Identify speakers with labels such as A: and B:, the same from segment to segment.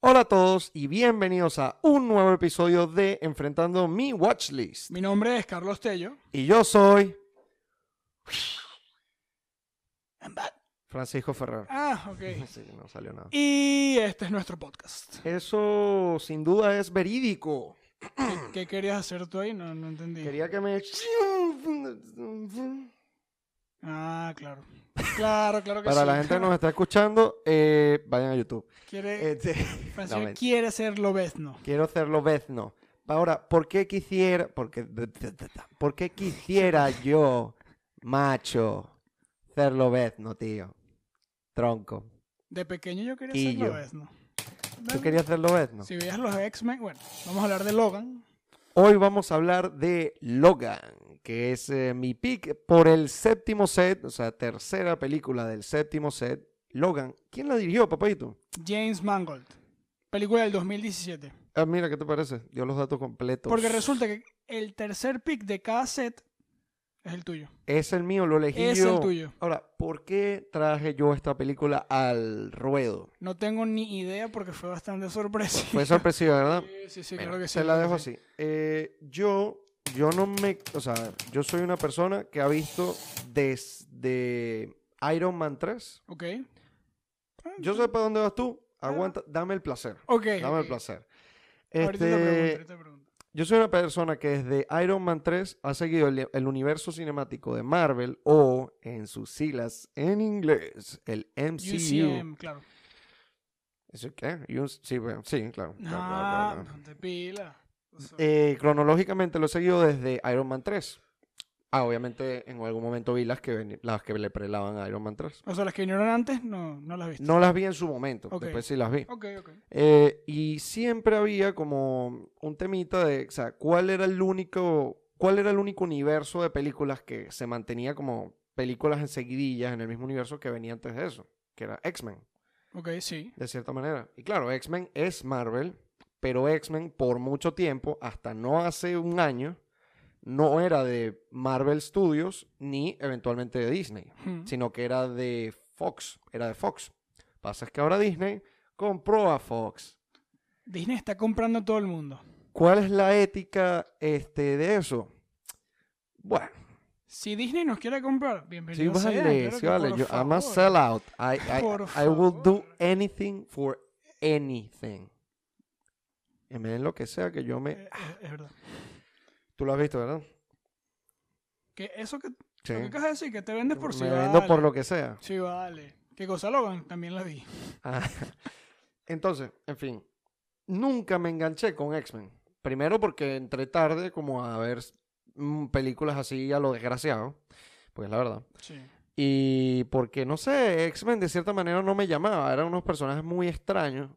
A: Hola a todos y bienvenidos a un nuevo episodio de Enfrentando mi Watchlist.
B: Mi nombre es Carlos Tello.
A: Y yo soy
B: I'm back.
A: Francisco Ferrer.
B: Ah, ok.
A: Sí, no salió nada.
B: Y este es nuestro podcast.
A: Eso sin duda es verídico.
B: ¿Qué querías hacer tú ahí? No, no entendí.
A: Quería que me...
B: Ah, claro. Claro, claro que
A: Para
B: sí.
A: la gente que nos está escuchando, eh, vayan a YouTube.
B: Quiere,
A: Este-
B: Francisco
A: No, mentira.
B: quiere ser lobezno.
A: Quiero hacerlo no. Ahora, ¿por qué quisiera, porque, ¿por qué quisiera yo, macho, hacerlo no, tío? Tronco.
B: De pequeño yo quería
A: Y yo.
B: ser lobezno.
A: ¿Tú
B: Bueno,
A: querías hacerlo no?
B: Si veías los X-Men, bueno, vamos a hablar de Logan.
A: Hoy vamos a hablar de Logan, que es eh, mi pick por el séptimo set, o sea, tercera película del séptimo set. Logan, ¿quién la dirigió, papadito?
B: James Mangold. Película del 2017.
A: Ah, mira, ¿qué te parece? Dio los datos completos.
B: Porque resulta que el tercer pick de cada set es el tuyo.
A: Es el mío, lo elegí
B: Es
A: yo.
B: el tuyo.
A: Ahora, ¿por qué traje yo esta película al ruedo?
B: No tengo ni idea porque fue bastante sorpresivo.
A: Fue sorpresiva, ¿verdad?
B: Sí, sí, sí,
A: Ah, Mira,
B: claro que sí.
A: Te la
B: claro que
A: dejo
B: sí.
A: así. Eh, yo, yo no me. O sea, yo soy una persona que ha visto desde Iron Man 3.
B: Ok. Ah,
A: Yo sé para dónde vas tú. Aguanta, dame el placer.
B: Ok.
A: Dame el
B: ok.
A: placer.
B: Ahorita te pregunto,
A: Este,
B: ahorita te pregunto.
A: yo soy una persona que desde Iron Man 3 ha seguido el, el universo cinemático de Marvel o, en sus siglas en inglés, el MCU.
B: UCM, claro.
A: ¿Eso qué? You- sí, bueno, sí, claro. claro, claro, claro,
B: Ah,
A: claro.
B: ponte pila. Eso.
A: Eh, cronológicamente lo he seguido desde Iron Man 3. Ah, obviamente en algún momento vi las que, veni- las que le prelaban a Iron Man 3.
B: O sea, las que vinieron antes no, no las viste.
A: No las vi en su momento,
B: Ok.
A: después sí las vi.
B: Ok, ok.
A: Eh, y siempre había como un temita de, o sea, ¿cuál era el único, cuál era el único universo de películas que se mantenía como películas en seguidillas en el mismo universo que venía antes de eso? Que era X-Men.
B: Ok, sí.
A: De cierta manera. Y claro, X-Men es Marvel, pero X-Men por mucho tiempo, hasta no hace un año, no era de Marvel Studios ni eventualmente de Disney,
B: Hmm.
A: sino que era de Fox, era de Fox. Pasa es que ahora Disney compró a Fox.
B: Disney está comprando a todo el mundo.
A: ¿Cuál es la ética este, de eso? Bueno,
B: Si Disney nos quiere comprar,
A: sí,
B: bienvenido sea.
A: vale,
B: claro
A: sí,
B: que
A: vale.
B: por
A: Yo, I'm a
B: favor.
A: sellout. I, I,
B: Por
A: I will do
B: favor.
A: anything for anything. Y me den lo que sea que yo me
B: Eh, eh, es verdad.
A: Tú lo has visto, ¿verdad?
B: Que eso que, lo
A: Sí.
B: que acabas de decir, que te vendes por si
A: Me
B: vale.
A: vendo por lo que sea.
B: Sí, vale. ¿Qué cosa, Logan? También la vi.
A: Ah. Entonces, en fin, nunca me enganché con X-Men. Primero porque entré tarde como a ver mm, películas así a lo desgraciado, pues la verdad.
B: Sí.
A: Y porque, no sé, X-Men de cierta manera no me llamaba, eran unos personajes muy extraños.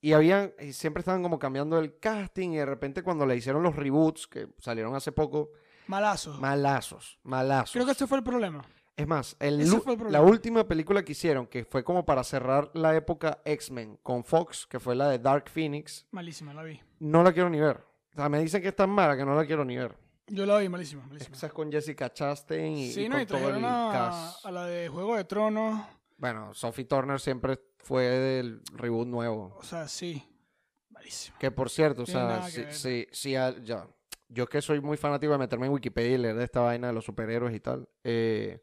A: Y habían, y siempre estaban como cambiando el casting y de repente cuando le hicieron los reboots, que salieron hace poco,
B: Malazo.
A: malazos, malazos.
B: Ah. Creo que ese fue el problema.
A: Es más, el
B: Ese
A: lu-
B: fue el
A: la
B: problema.
A: última película que hicieron, que fue como para cerrar la época X-Men con Fox, que fue la de Dark Phoenix,
B: Malísima, la vi.
A: no la quiero ni ver. O sea, me dicen que es tan mala que no la quiero ni ver.
B: Yo la vi, malísima, malísima.
A: Esa es con Jessica Chastain y,
B: Sí,
A: y
B: no,
A: con
B: y
A: todo el
B: trajeron a,
A: cast.
B: a la de Juego de Tronos.
A: Bueno, Sophie Turner siempre fue del reboot nuevo.
B: O sea, sí. Malísimo.
A: Que por cierto, o
B: Tiene
A: sea,
B: nada que
A: sí,
B: ver.
A: sí, sí, al- ya. Yo que soy muy fanático de meterme en Wikipedia y leer de esta vaina de los superhéroes y tal. Eh,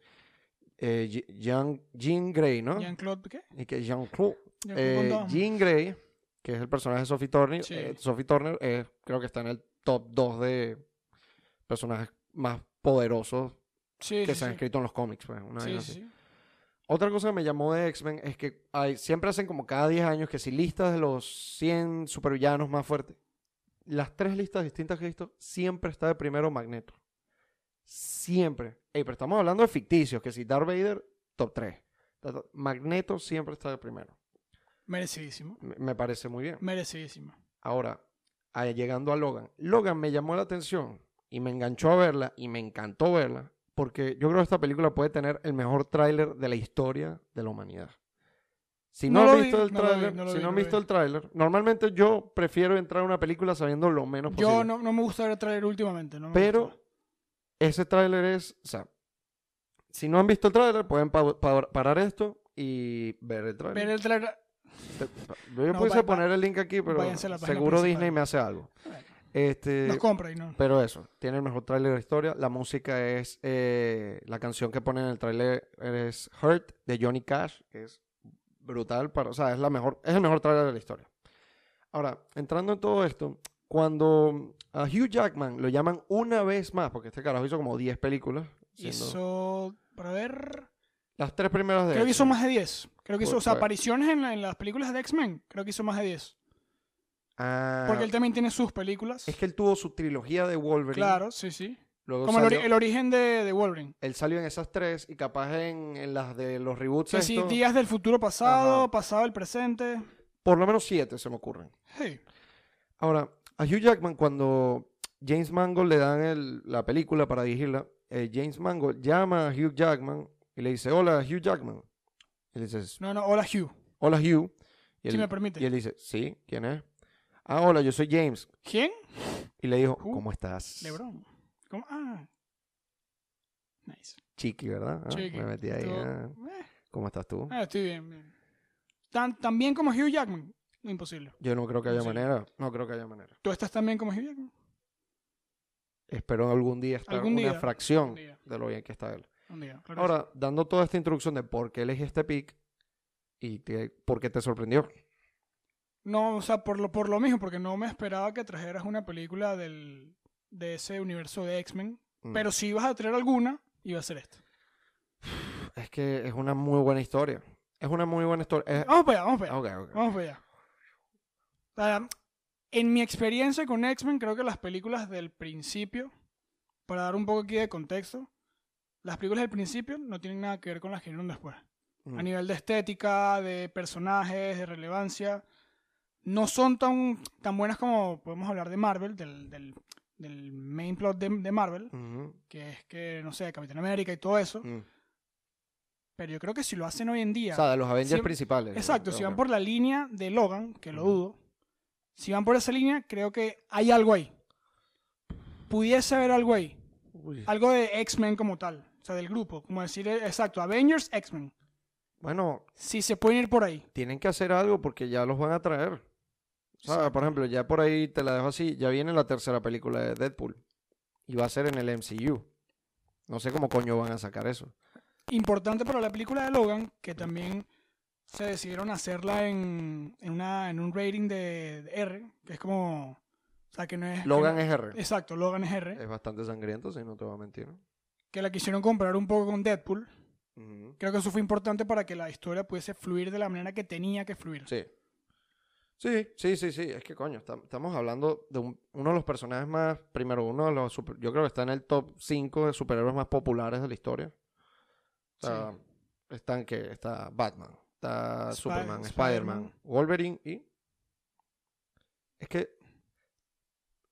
A: eh, Ye- Jean, Jean Grey, ¿no?
B: ¿Jean-Claude qué?
A: Y que Jean-Claude
B: Jean-Claude Van
A: Eh,
B: Damme.
A: Jean Grey, que es el personaje de Sophie Turner,
B: Sí.
A: eh, Sophie Turner eh, creo que está en el top 2 de personajes más poderosos
B: Sí,
A: que
B: sí,
A: se han
B: sí.
A: escrito en los cómics. pues, una vaina
B: Sí,
A: así.
B: sí, sí.
A: Otra cosa que me llamó de X-Men es que hay- siempre hacen como cada 10 años que si listas de los 100 supervillanos más fuertes, las tres listas distintas que he visto, siempre está de primero Magneto. Siempre. Ey, pero estamos hablando de ficticios, que si Darth Vader, top 3. Magneto siempre está de primero.
B: Merecidísimo.
A: Me- me parece muy bien.
B: Merecidísimo.
A: Ahora, a- llegando a Logan. Logan me llamó la atención y me enganchó a verla y me encantó verla porque yo creo que esta película puede tener el mejor tráiler de la historia de la humanidad. Si no,
B: No lo
A: han
B: vi,
A: visto el
B: no lo vi,
A: tráiler,
B: no lo
A: si
B: vi,
A: no han
B: no lo
A: visto
B: vi.
A: el tráiler, normalmente yo prefiero entrar a una película sabiendo lo menos posible.
B: Yo no, no me gusta ver trailer últimamente. No me
A: Pero-
B: gusta.
A: Ese tráiler es, o sea, si no han visto el tráiler, pueden pa- pa- parar esto y ver el tráiler.
B: Ver el trailer
A: Te- Yo
B: No,
A: puse
B: va- va-
A: poner el link aquí, pero
B: váyanse a la página
A: seguro
B: principal.
A: Disney me hace algo.
B: Bueno.
A: Este,
B: Nos compra y no.
A: pero eso, tiene el mejor tráiler de la historia. La música es eh, la canción que ponen en el tráiler es Hurt de Johnny Cash, que es brutal, para, o sea, es la mejor es el mejor tráiler de la historia. Ahora, entrando en todo esto, cuando a Hugh Jackman lo llaman una vez más, porque este carajo hizo como 10 películas, siendo-
B: Hizo, para ver,
A: las tres primeras de
B: creo que hizo
A: X-Men.
B: más de 10. Creo que hizo,
A: Por-
B: o sea,
A: por-
B: apariciones en, la- en las películas de X-Men, creo que hizo más de 10.
A: Ah,
B: Porque él también tiene sus películas.
A: es que él tuvo su trilogía de Wolverine.
B: Claro, sí, sí.
A: luego
B: Como el, ori-
A: salió-
B: el origen de, de Wolverine.
A: él salió en esas tres y capaz en, en las de los reboots.
B: Sí, sí,
A: estos,
B: días del futuro pasado,
A: Ajá.
B: pasado el presente.
A: Por lo menos siete se me ocurren.
B: Hey,
A: Ahora, a Hugh Jackman, cuando James Mangold le dan el- la película para dirigirla, eh, James Mangold llama a Hugh Jackman y le dice: Hola, Hugh Jackman. Y le dices:
B: no, no, hola Hugh,
A: Hola, Hugh. Y
B: si
A: él,
B: me permite.
A: y él dice: Sí, ¿quién es? Ah, hola, yo soy James.
B: ¿Quién?
A: Y le dijo:
B: Who?
A: ¿Cómo estás?
B: LeBron. ¿Cómo? Ah. Nice.
A: Chiqui, ¿verdad? Ah,
B: Chiqui.
A: Me metí ahí.
B: Estuvo-
A: ah.
B: Eh,
A: ¿Cómo estás tú?
B: ah, estoy bien, bien. Tan, tan bien como Hugh Jackman. Imposible.
A: Yo no creo que haya
B: Sí.
A: manera. No creo que haya manera.
B: ¿Tú estás tan bien como Hugh Jackman?
A: Espero algún día estar
B: Algún
A: una
B: día,
A: fracción
B: algún día.
A: de lo bien que está él.
B: Un día. claro que sí.
A: Ahora, dando toda esta introducción de por qué elegí este pick y te- por qué te sorprendió.
B: No, o sea, por lo, por lo mismo, porque no me esperaba que trajeras una película del, de ese universo de X-Men.
A: Mm.
B: Pero si ibas a traer alguna, iba a ser esta.
A: Es que es una muy buena historia. Es una muy buena historia. Es-
B: Vamos para allá, vamos para allá.
A: Ok, ok.
B: Vamos para allá. O sea, en mi experiencia con X-Men, creo que las películas del principio, para dar un poco aquí de contexto, las películas del principio no tienen nada que ver con las que vinieron después.
A: Mm.
B: A nivel de estética, de personajes, de relevancia, no son tan, tan buenas como podemos hablar de Marvel, del, del- del main plot de, de Marvel,
A: Ujú.
B: que es que, no sé, Capitán América y todo eso.
A: Mm.
B: Pero yo creo que si lo hacen hoy en día...
A: O sea, de los Avengers
B: Siem-
A: principales.
B: Exacto,
A: Ok.
B: si van por la línea de Logan, que lo
A: Ujú.
B: dudo, si van por esa línea, creo que hay algo ahí. Pudiese haber algo ahí.
A: Uy.
B: Algo de X-Men como tal, o sea, del grupo. Como decir, eh, exacto, Avengers, X-Men.
A: Bueno,
B: Si se pueden ir por ahí.
A: tienen que hacer algo porque ya los van a traer. O sea, Por ejemplo, ya por ahí te la dejo así. Ya viene la tercera película de Deadpool. Y va a ser en el MCU. No sé cómo coño van a sacar eso.
B: Importante para la película de Logan, que también se decidieron hacerla en, en una, en un rating de, de R, que es como... O sea, que no es... que
A: Logan
B: no-
A: es R. Eh.
B: Exacto, Logan es R.
A: Es bastante sangriento, si no te voy a mentir.
B: Que la quisieron comprar un poco con Deadpool.
A: Ujú.
B: Creo que eso fue importante para que la historia pudiese fluir de la manera que tenía que fluir.
A: Sí. Sí, sí, sí, sí. Es que coño, estam- estamos hablando de un- uno de los personajes más. Primero, uno de los. super- yo creo que está en el top 5 de superhéroes más populares de la historia. O sea,
B: Sí.
A: Están que. Está Batman, está
B: Spi-
A: Superman,
B: Spider-Man.
A: Spider-Man, Wolverine y. Es que.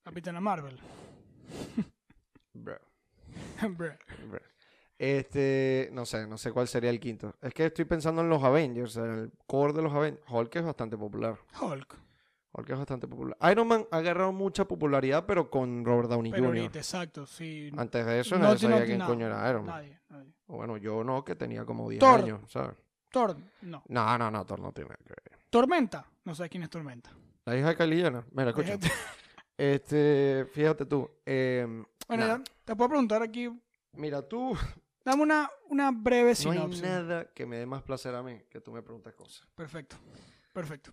B: Capitana Marvel.
A: bro,
B: Bruh.
A: bro. Este, no sé, no sé cuál sería el quinto. Es que estoy pensando en los Avengers, en el core de los Avengers. Hulk es bastante popular.
B: Hulk.
A: Hulk es bastante popular. Iron Man ha agarrado mucha popularidad, pero con Robert Downey
B: Pero
A: Jr.
B: ahorita, exacto, sí.
A: Antes de eso
B: No,
A: nadie
B: no,
A: sabía quién
B: no,
A: coño era Iron Man.
B: Nadie, nadie.
A: O Bueno, yo no, que tenía como 10
B: Thor.
A: años, ¿sabes?
B: Thor, no.
A: No, no, no, Thor no tiene nada que ver.
B: Tormenta. No sé quién es Tormenta.
A: La hija de Kylie Jenner. Mira, escucha. Este, fíjate tú. eh,
B: bueno,
A: Nah.
B: ya, te puedo preguntar aquí.
A: mira, tú,
B: Dame una, una breve
A: no hay
B: sinopsis.
A: nada que me dé más placer a mí que tú me preguntes cosas.
B: Perfecto. Perfecto.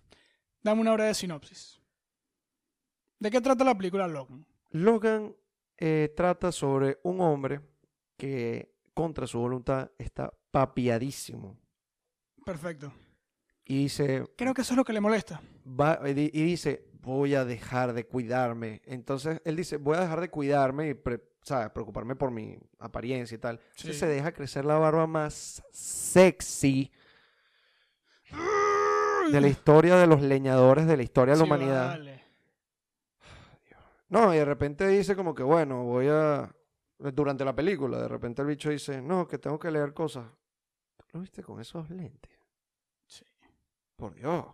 B: Dame una breve sinopsis. ¿De qué trata la película Logan?
A: Logan eh, trata sobre un hombre que contra su voluntad está papiadísimo.
B: Perfecto.
A: Y dice,
B: Creo que eso es lo que le molesta.
A: va- y di- y dice, voy a dejar de cuidarme. Entonces él dice, voy a dejar de cuidarme y pre- ¿sabes? preocuparme por mi apariencia y tal. Entonces
B: Sí.
A: se deja crecer la barba más sexy de la historia de los leñadores de la historia de la
B: Sí,
A: humanidad.
B: vale.
A: No, y de repente dice como que, bueno, voy a... Durante la película, de repente el bicho dice, no, que tengo que leer cosas. ¿Tú ¿Lo viste con esos lentes?
B: Sí.
A: Por Dios,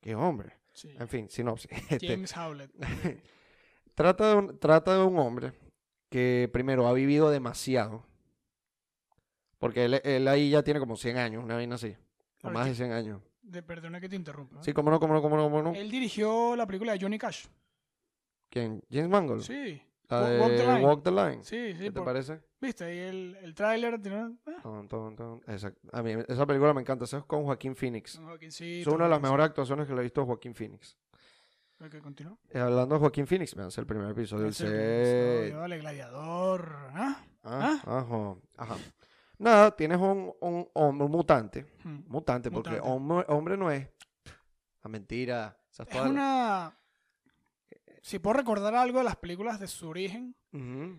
A: qué hombre.
B: Sí.
A: En fin, sinopsis. Este,
B: James Howlett.
A: Trata de, un, trata de un hombre que primero ha vivido demasiado. Porque él, él ahí ya tiene como 100 años, una vaina así. O más de 100 años.
B: de- perdona que te interrumpa. ¿eh?
A: Sí, cómo no, cómo no, cómo no, cómo no.
B: Él dirigió la película de Johnny Cash.
A: ¿Quién? James Mangold.
B: Sí,
A: La
B: Wa-
A: de
B: Walk
A: Walk
B: the
A: the
B: Line.
A: Line.
B: sí, sí.
A: Mm. ¿Qué te
B: por-
A: parece?
B: Viste, ahí el, el tráiler. tiene- ah,
A: Ton, ton, ton. Esa, a mí esa película me encanta. Esa es con Joaquín Phoenix.
B: Son Joaquincito,
A: es una de las
B: Joaquincito.
A: mejores actuaciones que le he visto a Joaquín Phoenix.
B: Creo que continúa.
A: Eh, hablando de Joaquín Phoenix, vean el primer episodio.
B: Ese
A: el
B: episodio,
A: set.
B: Vale, gladiador. ¿ah?
A: Ah, ajo, ajá. Nada, tienes un, un, hombre- un mutante.
B: Hmm.
A: Mutante, porque
B: Mutante.
A: Hombre, hombre no es. A mentira. Esa es
B: Es
A: toda la-
B: una. Si puedo recordar algo de las películas de su origen,
A: Ujú.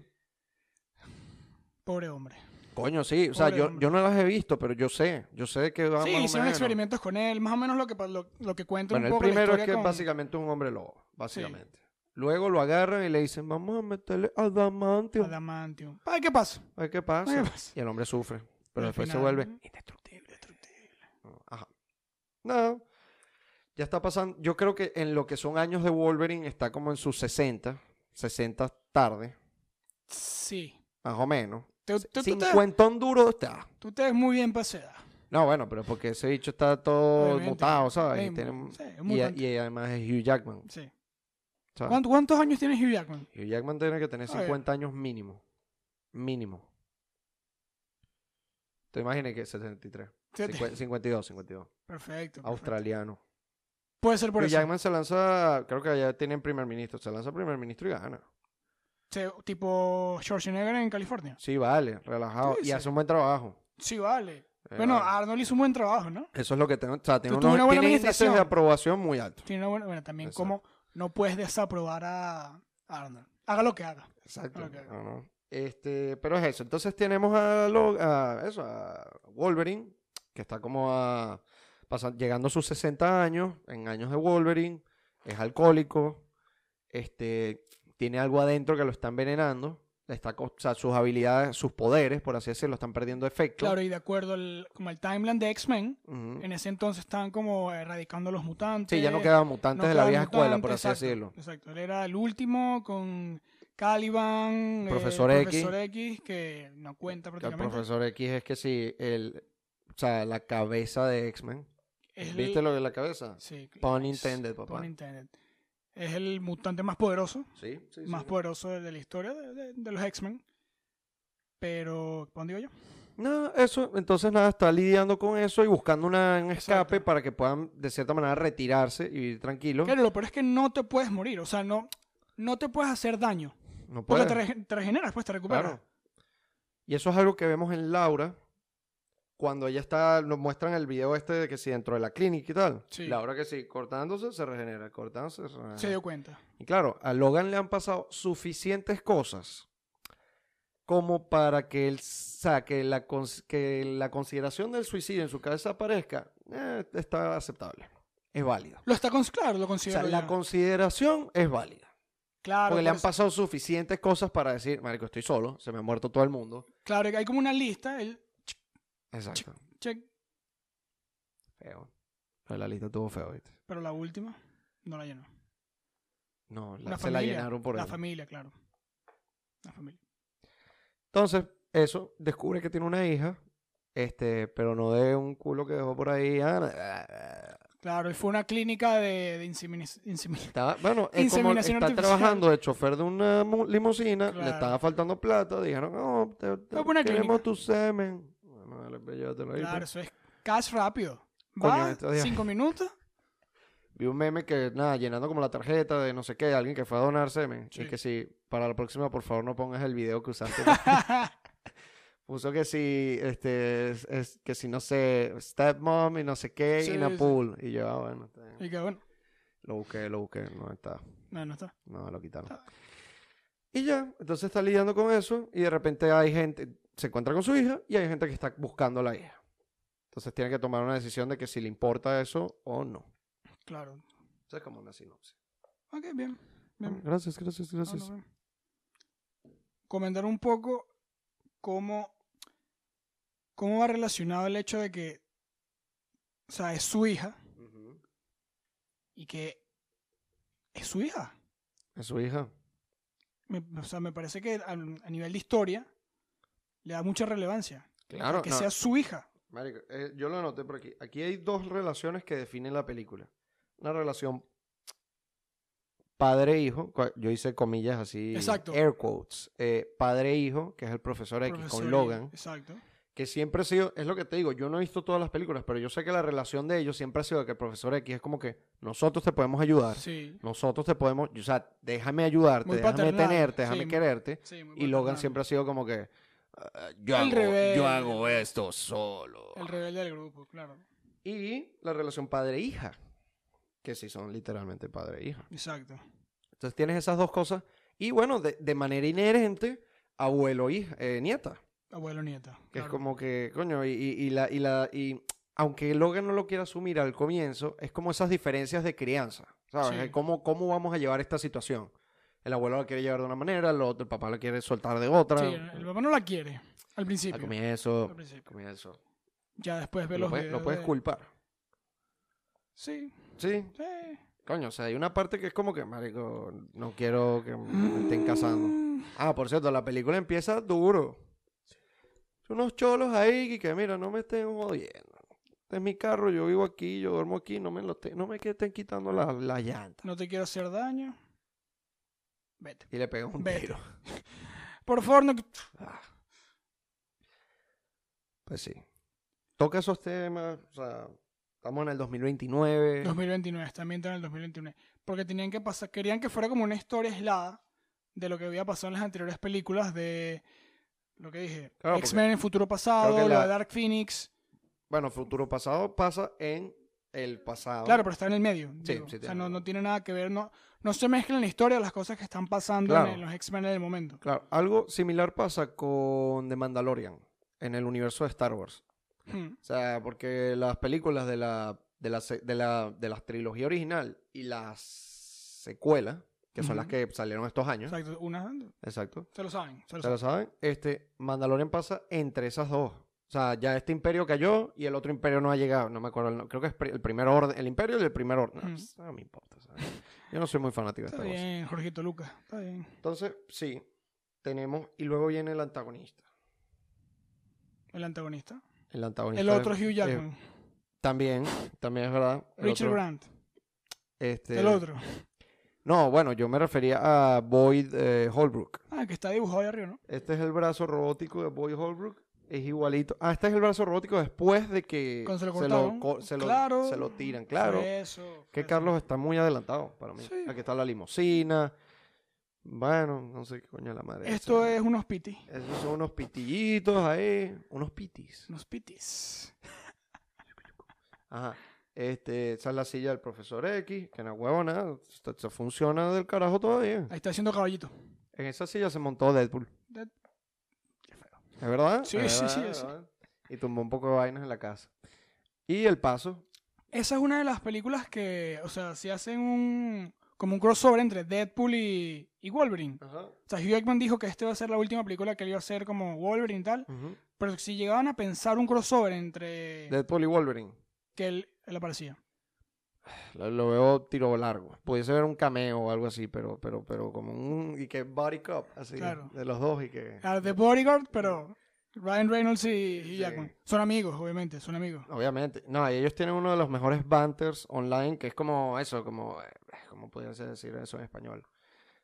B: pobre hombre.
A: Coño, sí. O sea,
B: Pobre
A: yo,
B: hombre.
A: yo no las he visto, pero yo sé. Yo sé que va
B: sí,
A: más o
B: hicieron
A: menos.
B: experimentos con él, más o menos lo que, pa- lo, lo que cuenta
A: Bueno,
B: un
A: el
B: poco la
A: primero es
B: historia
A: que
B: con-
A: básicamente es un hombre lobo, básicamente. Luego lo agarran y le dicen, vamos a meterle adamantium.
B: Adamantium. Ay, ¿qué pasa?
A: A ver qué
B: Ay, ¿Qué
A: pasa.
B: pasa?
A: Y el hombre sufre, pero
B: Al
A: después se
B: final,
A: vuelve
B: ¿no?
A: indestructible, indestructible. Ajá. No, ya está pasando. Yo creo que en lo que son años de Wolverine está como en sus 60, 60 tarde,
B: Sí.
A: más o menos.
B: Tú, tú- tú te-
A: Cincuentón duro está.
B: tú te ves muy bien paseada.
A: No, bueno, pero porque ese bicho está todo
B: Obviamente.
A: mutado, Oh, ¿sabes? Y,
B: Sí,
A: tiene-
B: sí, es
A: y-
B: mutante.
A: y Ah. además es Hugh Jackman.
B: Sí.
A: ¿sabes?
B: ¿Cuánto- ¿Cuántos años tiene Hugh Jackman?
A: Hugh Jackman tiene que tener
B: Está bien.
A: 50 años mínimo. Mínimo. Te imaginas que 73.
B: Siete.
A: Cincuen- 52, 52.
B: Perfecto. perfecto.
A: Australiano.
B: Puede ser por
A: Hugh
B: eso.
A: Jackman se lanza, creo que allá tienen primer ministro, se lanza primer ministro y gana.
B: Sí, tipo Schwarzenegger en California.
A: Sí, vale, relajado.
B: Sí,
A: Y
B: sí.
A: hace un buen trabajo.
B: Sí, vale.
A: Eh,
B: Bueno,
A: vale.
B: Arnold hizo un buen trabajo, ¿no?
A: eso es lo que tengo. O sea, tiene,
B: tuvo
A: unos,
B: una buena
A: tiene índices de
B: administración.
A: aprobación muy altos.
B: Tiene una buena. Bueno, también
A: Exacto.
B: como no puedes desaprobar a a Arnold. Haga lo que haga.
A: Exacto.
B: Ok.
A: No, no. Este, pero es eso. Entonces tenemos a, Lo- a eso, a Wolverine, que está como a pasa- llegando a sus 60 años, en años de Wolverine, es alcohólico, este, tiene algo adentro que lo está envenenando, le está, co- o sea, sus habilidades, sus poderes, por así decirlo, están perdiendo efecto.
B: Claro, y de acuerdo al como el timeline de X-Men,
A: Ujú.
B: en ese entonces estaban como erradicando a los mutantes.
A: Mm. Sí, ya no quedaban mutantes
B: no
A: de la
B: quedaban
A: vieja escuela, por
B: mutantes,
A: así
B: exacto,
A: decirlo.
B: Exacto, él era el último con Caliban, eh,
A: Profesor X.
B: Profesor X, que no cuenta
A: Que el
B: prácticamente.
A: profesor X es que sí, el, o sea, la cabeza de X-Men.
B: Es el-
A: ¿Viste lo de la cabeza?
B: Sí,
A: Pun
B: es-
A: intended,
B: pun
A: papá.
B: intended. Es el mutante más poderoso,
A: Sí, sí,
B: más poderoso de de la historia de, de- de los X-Men. Pero, ¿cómo digo yo?
A: No, eso, entonces nada, está lidiando con eso y buscando una, un escape
B: Exacto.
A: para que puedan de cierta manera retirarse y vivir tranquilo.
B: Claro, lo peor es que no te puedes morir, o sea, no, no te puedes hacer daño.
A: No
B: Porque te,
A: puede.
B: rege- te regeneras, pues te recuperas.
A: Claro. Y eso es algo que vemos en Laura cuando ella está, nos muestran el video este de que si dentro de la clínica y tal.
B: Sí.
A: Laura que sí, cortándose se regenera, cortándose se regenera.
B: Se dio cuenta.
A: Y claro, a Logan le han pasado suficientes cosas como para que, él, saque la, cons- que la consideración del suicidio en su cabeza aparezca, eh, está aceptable. Es válido.
B: Lo está con claro, lo
A: O
B: considero.
A: sea, la
B: ya.
A: consideración es válida.
B: claro, pues.
A: porque le
B: por
A: han
B: eso.
A: pasado suficientes cosas para decir, marico, estoy solo, se me ha muerto todo el mundo.
B: Claro, hay como una lista, el
A: Exacto.
B: check,
A: Feo. Lo de La lista tuvo feo, ¿viste?
B: pero la última no la llenó.
A: No, la-
B: La
A: se
B: familia,
A: la llenaron por
B: La
A: él.
B: familia, claro. La familia.
A: Entonces, eso, descubre que tiene una hija, este, pero no de un culo que dejó por ahí. ah,
B: Claro, y fue una clínica de, de inseminis- insemi-
A: Está- bueno, es como
B: Inseminación
A: está
B: artificial.
A: trabajando de chofer de una mu- limusina,
B: Claro.
A: le estaba faltando plata, dijeron, no, te, te-
B: Voy a poner
A: queremos
B: clínica".
A: tu semen. Bueno, dale, pues, llévatelo ahí,
B: Claro,
A: pues.
B: eso es cash rápido.
A: Coño,
B: Va,
A: estos días.
B: cinco minutos.
A: Vi un meme que, nada, llenando como la tarjeta de no sé qué, alguien que fue a donar semen.
B: Sí.
A: Y que si, para la próxima, por favor, no pongas el video que usaste. pues, Puso que si, este, es- es- que si, no sé, stepmom y no sé qué,
B: Sí,
A: in a
B: sí.
A: pool. Y yo, ah, bueno, está bien.
B: y que bueno,
A: lo busqué, lo busqué, no está.
B: no, no está.
A: No, lo quitaron.
B: Ah.
A: Y ya, entonces está lidiando con eso y de repente hay gente, se encuentra con su hija y hay gente que está buscando a la hija. Entonces tiene que tomar una decisión de que si le importa eso o no.
B: Claro.
A: O sea, es como una sinopsis.
B: Ok, bien. bien. Ah,
A: Gracias, gracias,
B: No,
A: gracias.
B: no, bien. Comentar un poco cómo, cómo va relacionado el hecho de que, o sea, es su hija
A: Ujú.
B: y que es su hija.
A: Es su hija.
B: Me, o sea, me parece que a, a nivel de historia le da mucha relevancia.
A: Claro,
B: que
A: no.
B: sea su hija.
A: Marico, eh, yo lo anoté por aquí. Aquí hay dos relaciones que definen la película. Una relación padre-hijo, cua- yo hice comillas así,
B: Exacto.
A: air quotes, eh, padre-hijo, que es el profesor X
B: Profesor
A: con
B: y-
A: Logan,
B: Exacto.
A: que siempre ha sido, es lo que te digo, yo no he visto todas las películas, pero yo sé que la relación de ellos siempre ha sido que el profesor X es como que nosotros te podemos ayudar,
B: Sí.
A: nosotros te podemos, o sea, déjame ayudarte,
B: Muy
A: déjame
B: paternal,
A: tenerte, déjame
B: sí.
A: quererte.
B: sí, muy
A: Y Logan
B: paternal.
A: siempre ha sido como que, "Ah, yo,
B: El
A: hago,
B: rebelde.
A: yo hago esto solo.
B: El rebelde del grupo, claro.
A: Y la relación padre-hija, que sí son literalmente padre-hija.
B: Exacto.
A: Entonces tienes esas dos cosas. Y bueno, de, de manera inherente, abuelo-hija, eh, nieta.
B: Abuelo nieta.
A: Que es
B: claro.
A: como que, coño, y, y- y la, y la, y aunque Logan no lo quiera asumir al comienzo, es como esas diferencias de crianza, ¿sabes?
B: Sí.
A: De ¿Cómo, cómo vamos a llevar esta situación? El abuelo la quiere llevar de una manera, el, otro, el papá la quiere soltar de otra.
B: Sí, el papá no la quiere. Al
A: al
B: principio.
A: comienzo,
B: Al principio.
A: comienzo.
B: Ya después ve
A: Lo
B: los
A: puedes, lo
B: videos
A: puedes
B: de-
A: culpar.
B: Sí,
A: Sí,
B: sí.
A: coño, o sea, hay una parte que es como que, marico, no quiero que me estén casando.
B: Mm,
A: Ah, por cierto, la película empieza duro. Unos cholos ahí que, que, mira, no me estén jodiendo. Este es mi carro, yo vivo aquí, yo duermo aquí, no me, lo te- no me que estén quitando la, la llanta.
B: No te quiero hacer daño. Vete.
A: Y le pegó un
B: Vete.
A: tiro.
B: Por favor, no.
A: Ah. Pues sí. Toca esos temas, o sea, estamos en el 2029.
B: 2029, está ambientado en el 2029. Porque tenían que pasar, querían que fuera como una historia aislada de lo que había pasado en las anteriores películas de lo que dije,
A: Claro, porque-
B: X-Men en futuro pasado,
A: Creo que
B: lo
A: la-
B: de Dark Phoenix.
A: Bueno, futuro pasado pasa en el pasado.
B: Claro, pero está en el medio.
A: Ah. Sí,
B: digo.
A: sí,
B: o sea,
A: tiene
B: no,
A: razón.
B: no tiene nada que ver, no, no se mezclan la historia las cosas que están pasando en-
A: Claro.
B: en los X-Men en el momento.
A: Claro, algo similar pasa con The Mandalorian en el universo de Star Wars.
B: Hmm,
A: O sea, porque las películas de la, de la, se- de la, de la trilogía original y las secuelas, que son las
B: Ujú.
A: que salieron estos años,
B: Exacto, una,
A: exacto,
B: se lo saben, se lo
A: ¿se lo
B: saben.
A: saben? Este, Mandalorian pasa entre esas dos. O sea, ya este imperio cayó y el otro imperio no ha llegado. No me acuerdo, el nom- creo que es pri- el primer orden, el imperio y el primer orden. No,
B: Ujú.
A: pues, no me importa, ¿sabes? Yo no soy muy fanático de
B: Está
A: Star Wars.
B: bien, Jorgito Lucas, está bien.
A: Entonces, sí, tenemos, y luego viene el antagonista.
B: El antagonista.
A: El antagonista.
B: El otro
A: es- eh,
B: Hugh
A: es-
B: Jackman,
A: también, también es verdad. El
B: Richard
A: otro,
B: Grant,
A: Este,
B: el otro.
A: No, bueno, yo me refería a Boyd eh, Holbrook.
B: Ah, que está dibujado ahí arriba, ¿no?
A: Este es el brazo robótico de Boyd Holbrook. Es igualito. Ah, este es el brazo robótico después de que
B: Cuando se lo cortaron.
A: co- se lo-
B: Claro.
A: se lo tiran. Claro.
B: Fue eso, fue
A: Que
B: eso.
A: Carlos está muy adelantado para mí.
B: Sí.
A: Aquí está la limusina. Bueno, no sé qué coño de la madre.
B: Esto
A: es.
B: es unos pitis.
A: Esos son unos pitillitos ahí. Unos pitis.
B: Unos pitis.
A: Ajá. Este, esa es la silla del profesor X, que no huevo nada. Esto, esto funciona del carajo todavía.
B: Ahí está haciendo caballito.
A: En esa silla se montó Deadpool.
B: Dead-
A: ¿Es verdad?
B: Sí,
A: ¿Es
B: sí,
A: verdad?
B: sí,
A: ¿Es
B: sí.
A: verdad? Y tumbó un poco de vainas en la casa. Y el paso.
B: Esa es una de las películas que, o sea, si hacen un como un crossover entre Deadpool y, y Wolverine. O sea, Hugh Jackman dijo que este va a ser la última película que él iba a hacer como Wolverine y tal,
A: Ujú.
B: pero si llegaban a pensar un crossover entre
A: Deadpool y Wolverine.
B: que él, él aparecía.
A: Lo, lo veo tiro largo. Pudiese ver un cameo o algo así, pero, pero, pero como un. Y que body cop, así.
B: Claro.
A: De los dos y que.
B: Ah, The Bodyguard, pero Ryan Reynolds y, y
A: Sí.
B: Jackman. Son amigos, obviamente, son amigos.
A: Obviamente. No, y ellos tienen uno de los mejores banters online, que es como eso, como. eh, ¿Cómo pudiese decir eso en español?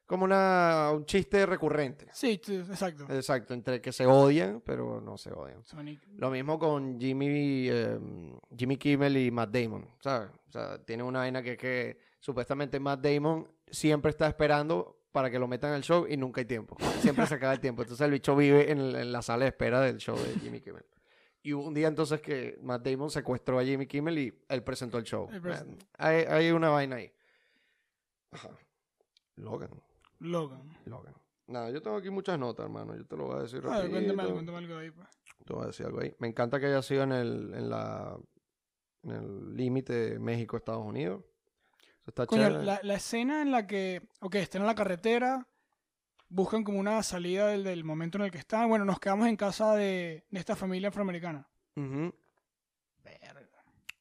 A: Como una, un chiste recurrente.
B: Sí, t- exacto.
A: Exacto, entre que se odian, pero no se odian.
B: Son-
A: Lo mismo con Jimmy, eh, Jimmy Kimmel y Matt Damon, ¿sabes? O sea, tiene una vaina que es que supuestamente Matt Damon siempre está esperando para que lo metan al show y nunca hay tiempo. Siempre se acaba el tiempo. Entonces el bicho vive en, el- en la sala de espera del show de Jimmy Kimmel. Y hubo un día entonces que Matt Damon secuestró a Jimmy Kimmel y él presentó el show.
B: Él presentó.
A: Hay, hay una vaina ahí. Ajá. Logan,
B: Logan.
A: Logan. Nada, yo tengo aquí muchas notas, hermano. Yo te lo voy a decir
B: A ver, cuéntame algo,
A: rapidito.
B: cuéntame algo ahí. pues.
A: Te voy a decir algo ahí. Me encanta que haya sido en el, en la, en el límite México-Estados Unidos. Eso está
B: Coño,
A: chévere.
B: la, la escena en la que, ok, están en la carretera, buscan como una salida del, del momento en el que están. Bueno, nos quedamos en casa de, de esta familia afroamericana.
A: Ujú.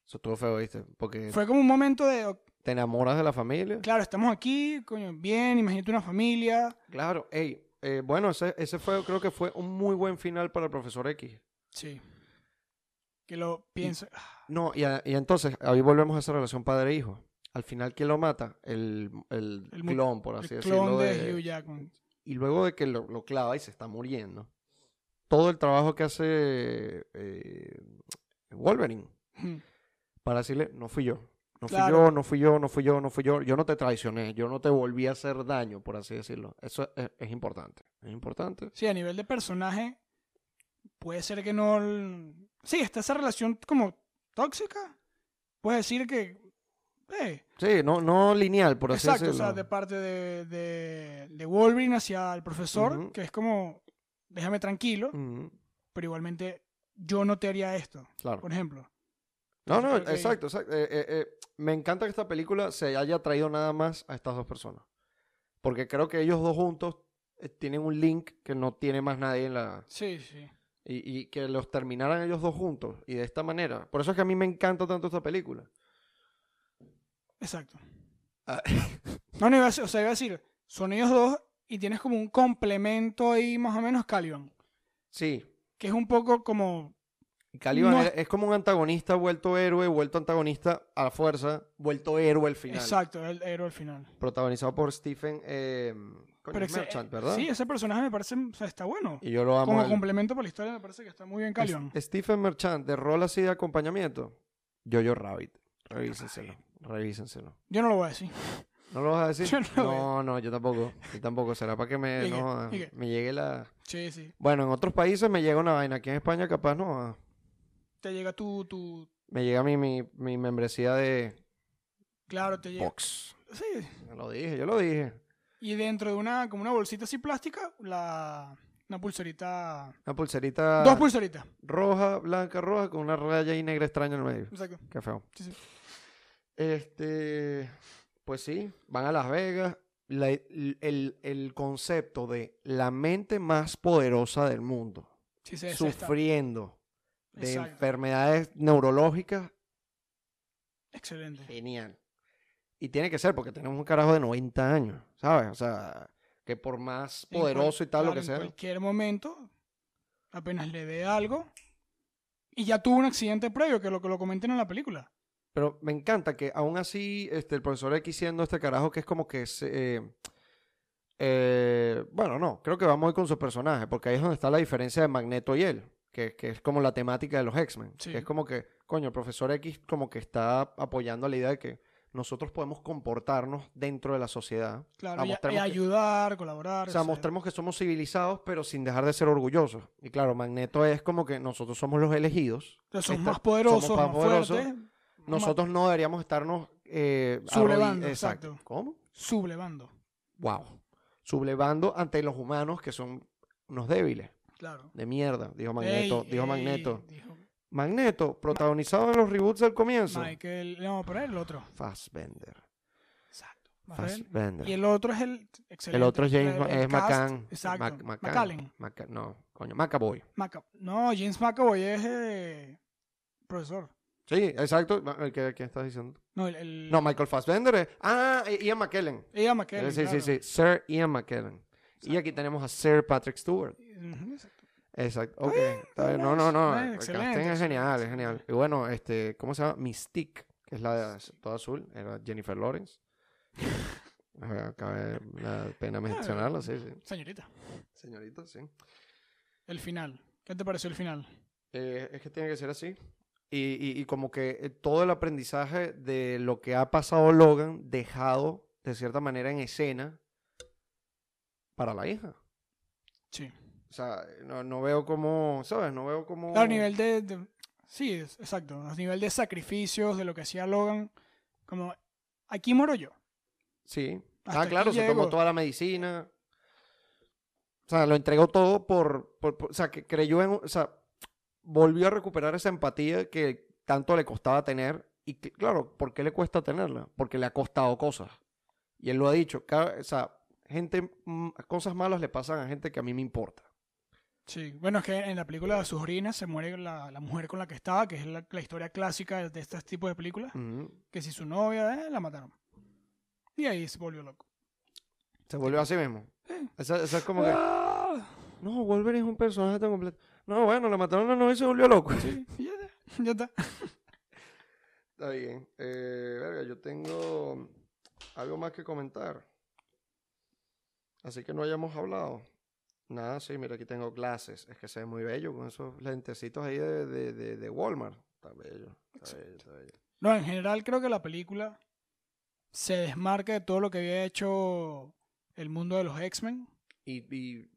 A: Eso estuvo feo, ¿viste? Porque
B: Fue como un momento de, o-
A: te enamoras de la familia.
B: claro, estamos aquí, coño, bien, imagínate una familia.
A: Claro, ey. eh, bueno, ese, ese fue, creo que fue un muy buen final para el profesor X.
B: Sí. que lo pienso. ah,
A: No, y, a- y entonces ahí volvemos a esa relación padre-hijo. Al final, ¿quién lo mata? El, el,
B: El mu-
A: clon, por así
B: el
A: decirlo. eh,
B: clon de,
A: de-
B: Hugh Jackman.
A: y luego de que lo, lo clava y se está muriendo, todo el trabajo que hace eh, Wolverine
B: Mm.
A: para decirle, no fui yo, no fui
B: Claro.
A: yo, no fui yo, no fui yo, no fui yo, yo no te traicioné, yo no te volví a hacer daño, por así decirlo. Eso es, es importante, es importante.
B: Sí, a nivel de personaje, puede ser que no. l- Sí, está esa relación como tóxica. Puedes decir que. eh,
A: Sí, no, no lineal, por así
B: exacto, o
A: decirlo.
B: sea, de parte de, de, de Wolverine hacia el profesor,
A: Ujú.
B: que es como, déjame tranquilo,
A: Ujú,
B: pero igualmente yo no te haría esto,
A: claro.
B: por ejemplo.
A: No, no,
B: creo que-
A: exacto, exacto. Eh, eh, eh, me encanta que esta película se haya traído nada más a estas dos personas. Porque creo que ellos dos juntos eh, tienen un link que no tiene más nadie en la,
B: Sí, sí.
A: Y, y que los terminaran ellos dos juntos y de esta manera. Por eso es que a mí me encanta tanto esta película.
B: Exacto.
A: Ah.
B: No, no iba a decir, o sea, iba a decir, son ellos dos y tienes como un complemento ahí más o menos Caliban,
A: Sí.
B: que es un poco como,
A: y Caliban
B: No
A: era- es como un antagonista vuelto héroe, vuelto antagonista a la fuerza, vuelto héroe al final.
B: exacto, el héroe al final.
A: Protagonizado por Stephen eh, coño,
B: Pero
A: es
B: ese- eh,
A: Merchant, ¿verdad?
B: Sí, ese personaje me parece, o sea, está bueno.
A: Y yo lo amo.
B: Como
A: a él.
B: complemento para la historia me parece que está muy bien Caliban.
A: Es- Stephen Merchant, de rol así de acompañamiento. Yo-Yo Rabbit. Revísenselo. Revísenselo.
B: Yo no lo voy a decir.
A: ¿No lo vas a decir?
B: Yo no lo
A: no, no, yo tampoco. Yo tampoco. Será para que me,
B: ¿Y qué?
A: no,
B: ¿Y qué?
A: me llegue la...
B: Sí, sí.
A: Bueno, en otros países me llega una vaina. Aquí en España capaz no... ah.
B: Te llega tu, tu,
A: Me llega mi, mi, mi membresía de
B: claro, te llega.
A: Box.
B: Sí.
A: Yo lo dije, yo lo dije.
B: Y dentro de una, como una bolsita así plástica, la, una pulserita,
A: Una pulserita
B: dos pulseritas.
A: roja, blanca, roja, con una raya ahí negra extraña en el medio.
B: Exacto.
A: Qué feo.
B: Sí, sí.
A: Este, pues sí, van a Las Vegas. La- el, el concepto de la mente más poderosa del mundo,
B: Sí, se, se está.
A: sufriendo de
B: Exacto.
A: enfermedades neurológicas,
B: Excelente.
A: Genial. Y tiene que ser, porque tenemos un carajo de 90 años, ¿sabes? O sea, que por más
B: En
A: poderoso
B: cual-
A: y tal, lo
B: claro,
A: que sea.
B: En cualquier momento, apenas le dé algo. Y ya tuvo un accidente previo, que lo que lo comentan en la película.
A: Pero me encanta que aún así este, el profesor X siendo este carajo que es como que es... eh, eh, bueno, no, creo que vamos a ir con su personaje, porque ahí es donde está la diferencia de Magneto y él, que, que es como la temática de los X-Men.
B: Sí.
A: Que es como que, coño, el profesor X como que está apoyando la idea de que nosotros podemos comportarnos dentro de la sociedad.
B: Claro,
A: Ah,
B: y, y
A: mostremos que-
B: ayudar, colaborar.
A: O sea,
B: etcétera.
A: mostremos que somos civilizados, pero sin dejar de ser orgullosos. Y claro, Magneto es como que nosotros somos los elegidos.
B: O sea, Son
A: esta-
B: más poderosos,
A: somos
B: más,
A: más poderosos.
B: fuertes,
A: Nosotros no deberíamos estarnos... eh, arrodi-
B: Sublevando, exacto.
A: ¿Cómo?
B: sublevando.
A: Wow. Sublevando ante los humanos que son unos débiles.
B: Claro.
A: De mierda, dijo Magneto.
B: Ey,
A: dijo
B: ey,
A: Magneto.
B: dijo
A: Magneto, protagonizado en los reboots del comienzo.
B: Michael. No, pero era el otro.
A: Fassbender.
B: Exacto. Rafael.
A: Fassbender.
B: Y el otro es el.
A: El
B: excelente,
A: otro es James
B: el- el
A: es
B: cast,
A: McCann.
B: Exacto.
A: Mac- McCann.
B: McCallen.
A: Maca- no, coño, Macaboy.
B: Maca- No, James McAvoy es. eh, profesor.
A: Sí, exacto. ma- el que- ¿Qué estás diciendo?
B: No, el. el-
A: No, Michael Fassbender es. Ah, I- Ian McKellen.
B: Ian McKellen,
A: sí, sí,
B: claro.
A: sí. Sir Ian McKellen. Y aquí tenemos a Sir Patrick Stewart.
B: Ujú, exacto.
A: Exacto. Ok.
B: bien,
A: está bien. No,
B: Ah, nice,
A: no, no.
B: nice,
A: el
B: excelente,
A: casting es genial, es
B: excelente.
A: genial. Y bueno, este, ¿cómo se llama? Mystique, que es la
B: Mystique.
A: toda azul, era Jennifer Lawrence. Acaba de me da pena mencionarla, sí, sí.
B: Señorita,
A: Señorita, sí.
B: el final. ¿Qué te pareció el final?
A: Eh, es que tiene que ser así. Y, y- y como que eh, todo el aprendizaje de lo que ha pasado Logan dejado de cierta manera en escena para la hija.
B: Sí.
A: O sea, no, no veo cómo, ¿sabes? No veo cómo...
B: Claro, a nivel de, de- Sí, es- exacto. A nivel de sacrificios, de lo que hacía Logan. Como. Aquí muero yo.
A: Sí.
B: Hasta
A: Ah,
B: aquí
A: claro, se tomó
B: llego.
A: toda la medicina. O sea, lo entregó todo por, por- por- O sea, que creyó en... O sea, volvió a recuperar esa empatía que tanto le costaba tener. Y que, claro, ¿por qué le cuesta tenerla? Porque le ha costado cosas. Y él lo ha dicho. cada- o sea, gente... mm, Cosas malas le pasan a gente que a mí me importa.
B: Sí. Bueno, es que en la película de sus orinas se muere la, la mujer con la que estaba, que es la, la historia clásica de este tipo de películas.
A: Ujú.
B: Que si su novia, eh, la mataron. Y ahí se volvió loco.
A: Se volvió así mismo. Esa, esa es como que...
B: ¡Ah!
A: No, Wolverine es un personaje tan completo. No, bueno, la mataron a la novia y se volvió loco.
B: Sí, y ya está. Ya está.
A: Está bien. Eh, verga, yo tengo algo más que comentar. Así que no hayamos hablado. Nada, sí, mira, aquí tengo glasses. Es que se ve muy bello con esos lentecitos ahí de, de, de, de Walmart. Está bello, está bello, está bello.
B: No, en general creo que la película se desmarca de todo lo que había hecho el mundo de los X-Men
A: Y, y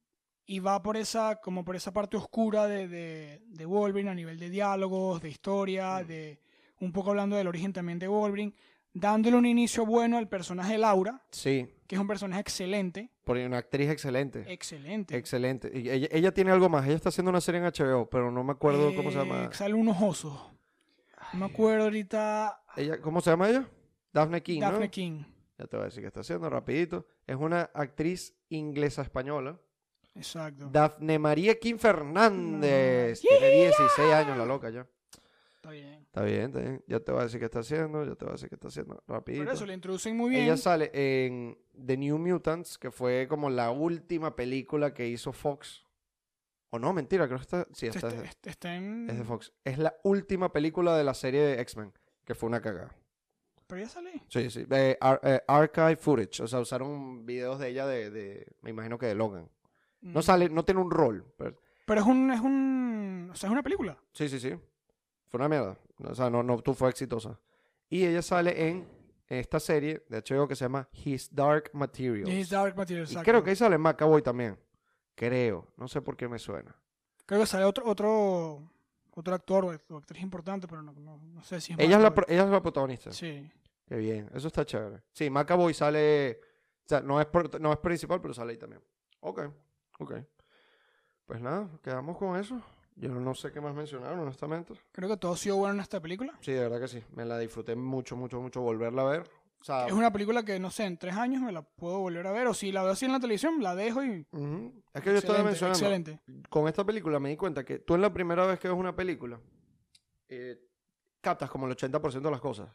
B: y va por esa, como por esa parte oscura de, de, de Wolverine a nivel de diálogos, de historia,
A: Mm.
B: de un poco hablando del origen también de Wolverine, dándole un inicio bueno al personaje Laura,
A: sí,
B: que es un personaje excelente,
A: por una actriz excelente.
B: excelente.
A: Excelente. Y ella, ella tiene algo más. Ella está haciendo una serie en HBO, pero no me acuerdo cómo se
B: Eh,
A: llama.
B: Sale unos osos. No me acuerdo ahorita.
A: Ella, ¿Cómo se llama ella? Daphne King, ¿no?
B: Daphne King.
A: Ya te voy a decir qué está haciendo, rapidito. Es una actriz inglesa española.
B: Exacto.
A: Daphne María King Fernández.
B: No.
A: Tiene 16 años la loca ya.
B: Está bien.
A: Está bien, está bien. Ya te voy a decir qué está haciendo, ya te voy a decir qué está haciendo, rapidito.
B: Pero eso le introducen muy bien.
A: pues. Ella sale en The New Mutants, que fue como la última película que hizo Fox. O no, mentira, creo que está... Sí,
B: Este-
A: está,
B: este- este está en-
A: Es de Fox. Es la última película de la serie de X-Men, que fue una cagada.
B: Pero ya salí.
A: Sí, sí. Eh, ar- eh, archive footage. O sea, usaron videos de ella de, de- Me imagino que de Logan. No
B: Mm.
A: sale, no tiene un rol. pero-
B: Pero es un, es un. O sea, es una película.
A: sí, sí, sí. Fue una mierda. O sea, no, no tú fue exitosa. Y ella sale en esta serie de HBO que se llama His Dark Materials.
B: Es Dark Materials.
A: y
B: exacto.
A: creo que ahí sale Macaboy también. Creo. No sé por qué me suena.
B: Creo que sale otro, otro, otro actor o act- o actriz importante, pero no, no, no sé si es.
A: Ella es, la,
B: Marco.
A: pro- ella es la protagonista.
B: Sí.
A: Qué bien, eso está chévere. Sí, Macaboy sale. O sea, no es, pro- no es principal, pero sale ahí también. Ok, ok. Pues nada, quedamos con eso. Yo no sé qué más mencionaron, honestamente.
B: Creo que todo ha sido bueno en esta película.
A: Sí, de verdad que sí. Me la disfruté mucho, mucho, mucho volverla a ver. O sea,
B: Es una película que, no sé, en tres años me la puedo volver a ver. O si la veo así en la televisión, la dejo y.
A: ujú. es que yo estaba
B: excelente,
A: mencionando.
B: excelente.
A: Con esta película me di cuenta que tú en la primera vez que ves una película, eh, captas como el 80% de las cosas.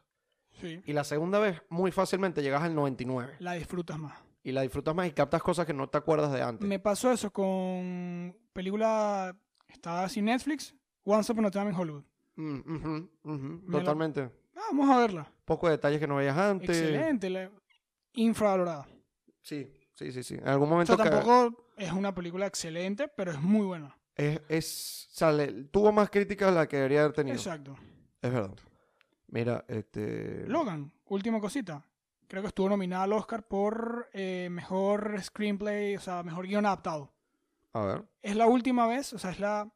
B: Sí.
A: Y la segunda vez, muy fácilmente llegas al 99%.
B: La disfrutas más.
A: Y la disfrutas más y captas cosas que no te acuerdas de antes.
B: Me pasó eso con película. Estaba así en Netflix, Once Upon a Time in Hollywood.
A: Mm, ujú, ujú,
B: Me la-
A: Totalmente.
B: Ah, vamos a verla.
A: Pocos detalles que no veías antes.
B: Excelente. la- Infravalorada.
A: Sí, sí, sí, sí. En algún
B: O
A: momento
B: sea,
A: que-
B: tampoco es una película excelente, pero es muy buena.
A: es, es- sale, tuvo más críticas de la que debería haber tenido.
B: Exacto.
A: Es verdad. Mira, este.
B: Logan, última cosita. Creo que estuvo nominada al Oscar por eh, mejor screenplay, o sea, mejor guión adaptado.
A: A ver.
B: Es la última vez, o sea, es la.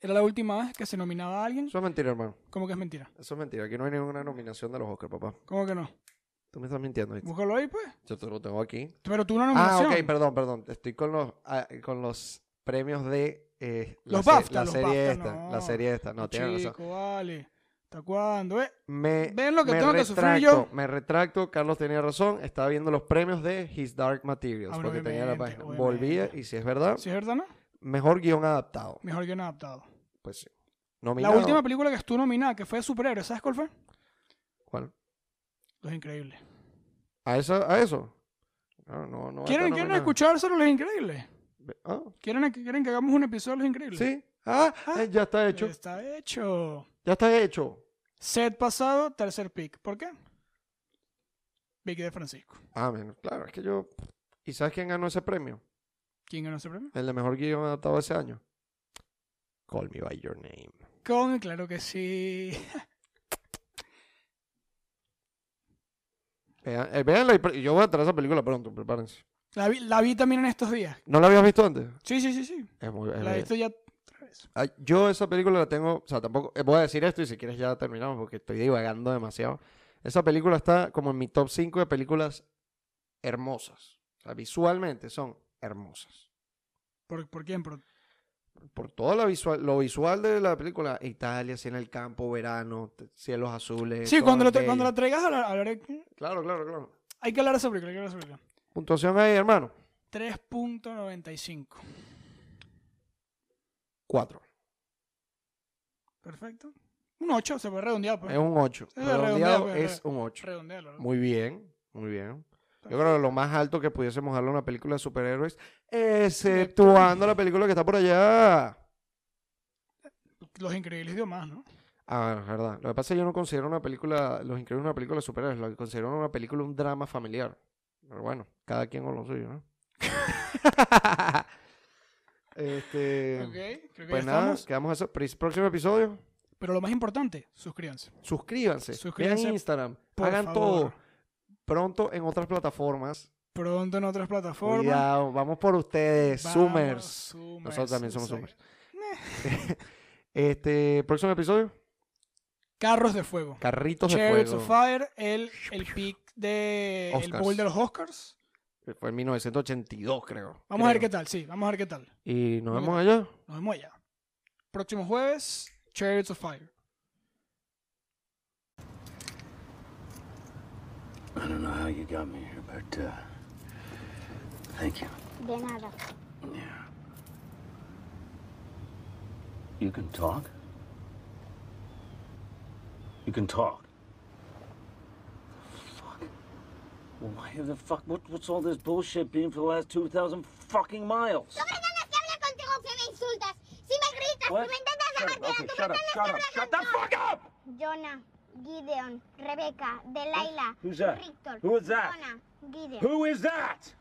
B: Era la última vez que se nominaba a alguien.
A: Eso es mentira, hermano.
B: Como que es mentira.
A: Eso es mentira. Aquí no hay ninguna nominación de los Oscars, papá.
B: ¿Cómo que no?
A: Tú me estás mintiendo. ¿viste?
B: Búscalo ahí, pues.
A: Yo te lo tengo aquí.
B: Pero tú una
A: Ah,
B: nominación.
A: ok, perdón, perdón. Estoy con los, ah, con los premios de. eh, la
B: Los
A: se-
B: BAFTA,
A: La
B: los
A: serie
B: BAFTA,
A: esta.
B: no.
A: La serie esta. No, tienes razón.
B: Chico, vale. ¿Hasta cuándo? eh?
A: Me,
B: ¿Ven lo que
A: me
B: tengo que
A: retracto,
B: sufrir yo?
A: Me retracto, Carlos tenía razón, estaba viendo los premios de His Dark Materials,
B: Ah,
A: porque tenía la
B: obviamente,
A: página. Volví,
B: obviamente.
A: y si es verdad,
B: ¿Sí es verdad, no?
A: mejor guión adaptado.
B: Mejor guión adaptado.
A: Pues sí.
B: La
A: Nominado.
B: última película que estuvo nominada, que fue de superhéroes, ¿sabes cuál fue?
A: ¿Cuál?
B: Los Increíbles.
A: ¿A eso? ¿A eso? No, no, no va a
B: ¿Quieren,
A: estar
B: ¿quieren
A: nominado.
B: escuchar sobre Los Increíbles?
A: Ah,
B: ¿Quieren, ¿Quieren que hagamos un episodio de Los Increíbles?
A: ¿Sí? Ah,
B: Ah.
A: eh, ya está hecho.
B: Está hecho.
A: Ya está hecho.
B: Set pasado, tercer pick. ¿Por qué? Vicky de Francisco.
A: Ah, men, claro, es que yo... ¿Y sabes quién ganó ese premio?
B: ¿Quién ganó ese premio?
A: El de mejor guión adaptado ese año. Call Me By Your Name.
B: Con, claro que sí.
A: Vean, eh, véanla y pre- yo voy a traer esa película pronto, prepárense.
B: La vi, la vi también en estos días.
A: ¿No la habías visto antes?
B: Sí, sí, sí, sí.
A: Es muy, es
B: La he
A: bien.
B: visto ya otra vez.
A: Ah, Yo esa película la tengo, o sea, tampoco eh, voy a decir esto y si quieres ya terminamos porque estoy divagando demasiado. Esa película está como en mi top 5 de películas hermosas. O sea, visualmente son hermosas.
B: ¿Por, por quién? Por-
A: Por todo la visual, lo visual de la película, Italia, así en el campo, verano, t- cielos azules.
B: Sí,
A: todo
B: cuando,
A: es
B: lo tra- cuando la
A: bello.
B: traigas a la- hablaré-
A: Claro, claro, claro.
B: Hay que hablar sobre película, hay que hablar
A: Puntuación ahí, hermano.
B: sobre película. 3.95.
A: 4.
B: Perfecto. Un 8, se puede redondear. Pues.
A: Es un 8.
B: Es redondeado,
A: Redondeado
B: pues,
A: es un 8.
B: Redondearlo. ¿no?
A: Muy bien, muy bien. Yo creo que lo más alto que pudiésemos darle a una película de superhéroes, exceptuando la película que está por allá.
B: Los Increíbles dio más, ¿no?
A: Ah, es verdad. Lo que pasa es que yo no considero una película, Los Increíbles una película de superhéroes, lo que considero una película un drama familiar. Pero bueno, cada quien con lo suyo, ¿no? este,
B: Ok, creo que
A: pues
B: ya
A: nada,
B: estamos.
A: quedamos eso. Pr- Próximo episodio,
B: Pero lo más importante, suscríbanse.
A: suscríbanse,
B: Suscríbanse,
A: vean Instagram,
B: por
A: hagan
B: favor.
A: todo. Pronto en otras plataformas.
B: Pronto en otras plataformas.
A: Cuidado, vamos por ustedes,
B: Vamos,
A: Summers.
B: Summers,
A: Nosotros también somos
B: exacto.
A: Summers. este, próximo episodio,
B: Carros de fuego.
A: Carritos
B: Chariots
A: de
B: of
A: Fuego.
B: Fire, el, el pick de el
A: Oscars.
B: bowl de los Oscars.
A: Que Fue en 1982, creo.
B: Vamos a ver qué
A: creo.
B: tal, sí, vamos a ver qué tal.
A: Y nos
B: Vamos a
A: vemos allá.
B: Nos vemos allá. Próximo jueves, Chariots of Fire.
C: I don't know how you got me here, but uh, thank you.
D: De nada.
C: Yeah. You can talk? You can talk. Fuck. Well, why the fuck? What, what's all this bullshit being for the last 2,000 fucking miles?
D: Sobre nada que hablar contigo si me insultas, si me gritas,
C: What?
D: si me intentas
C: Shut
D: llamar
C: up.
D: bien,
C: Okay,
D: tú me
C: shut up,
D: intentas
C: shut up,
D: hablar
C: shut the
D: contigo.
C: fuck up!
D: Jonah, Gideon, Rebeca, Delilah,
C: Who's that?
D: Victor,
C: Who is that?
D: Jonah, Gideon.
C: Who is that?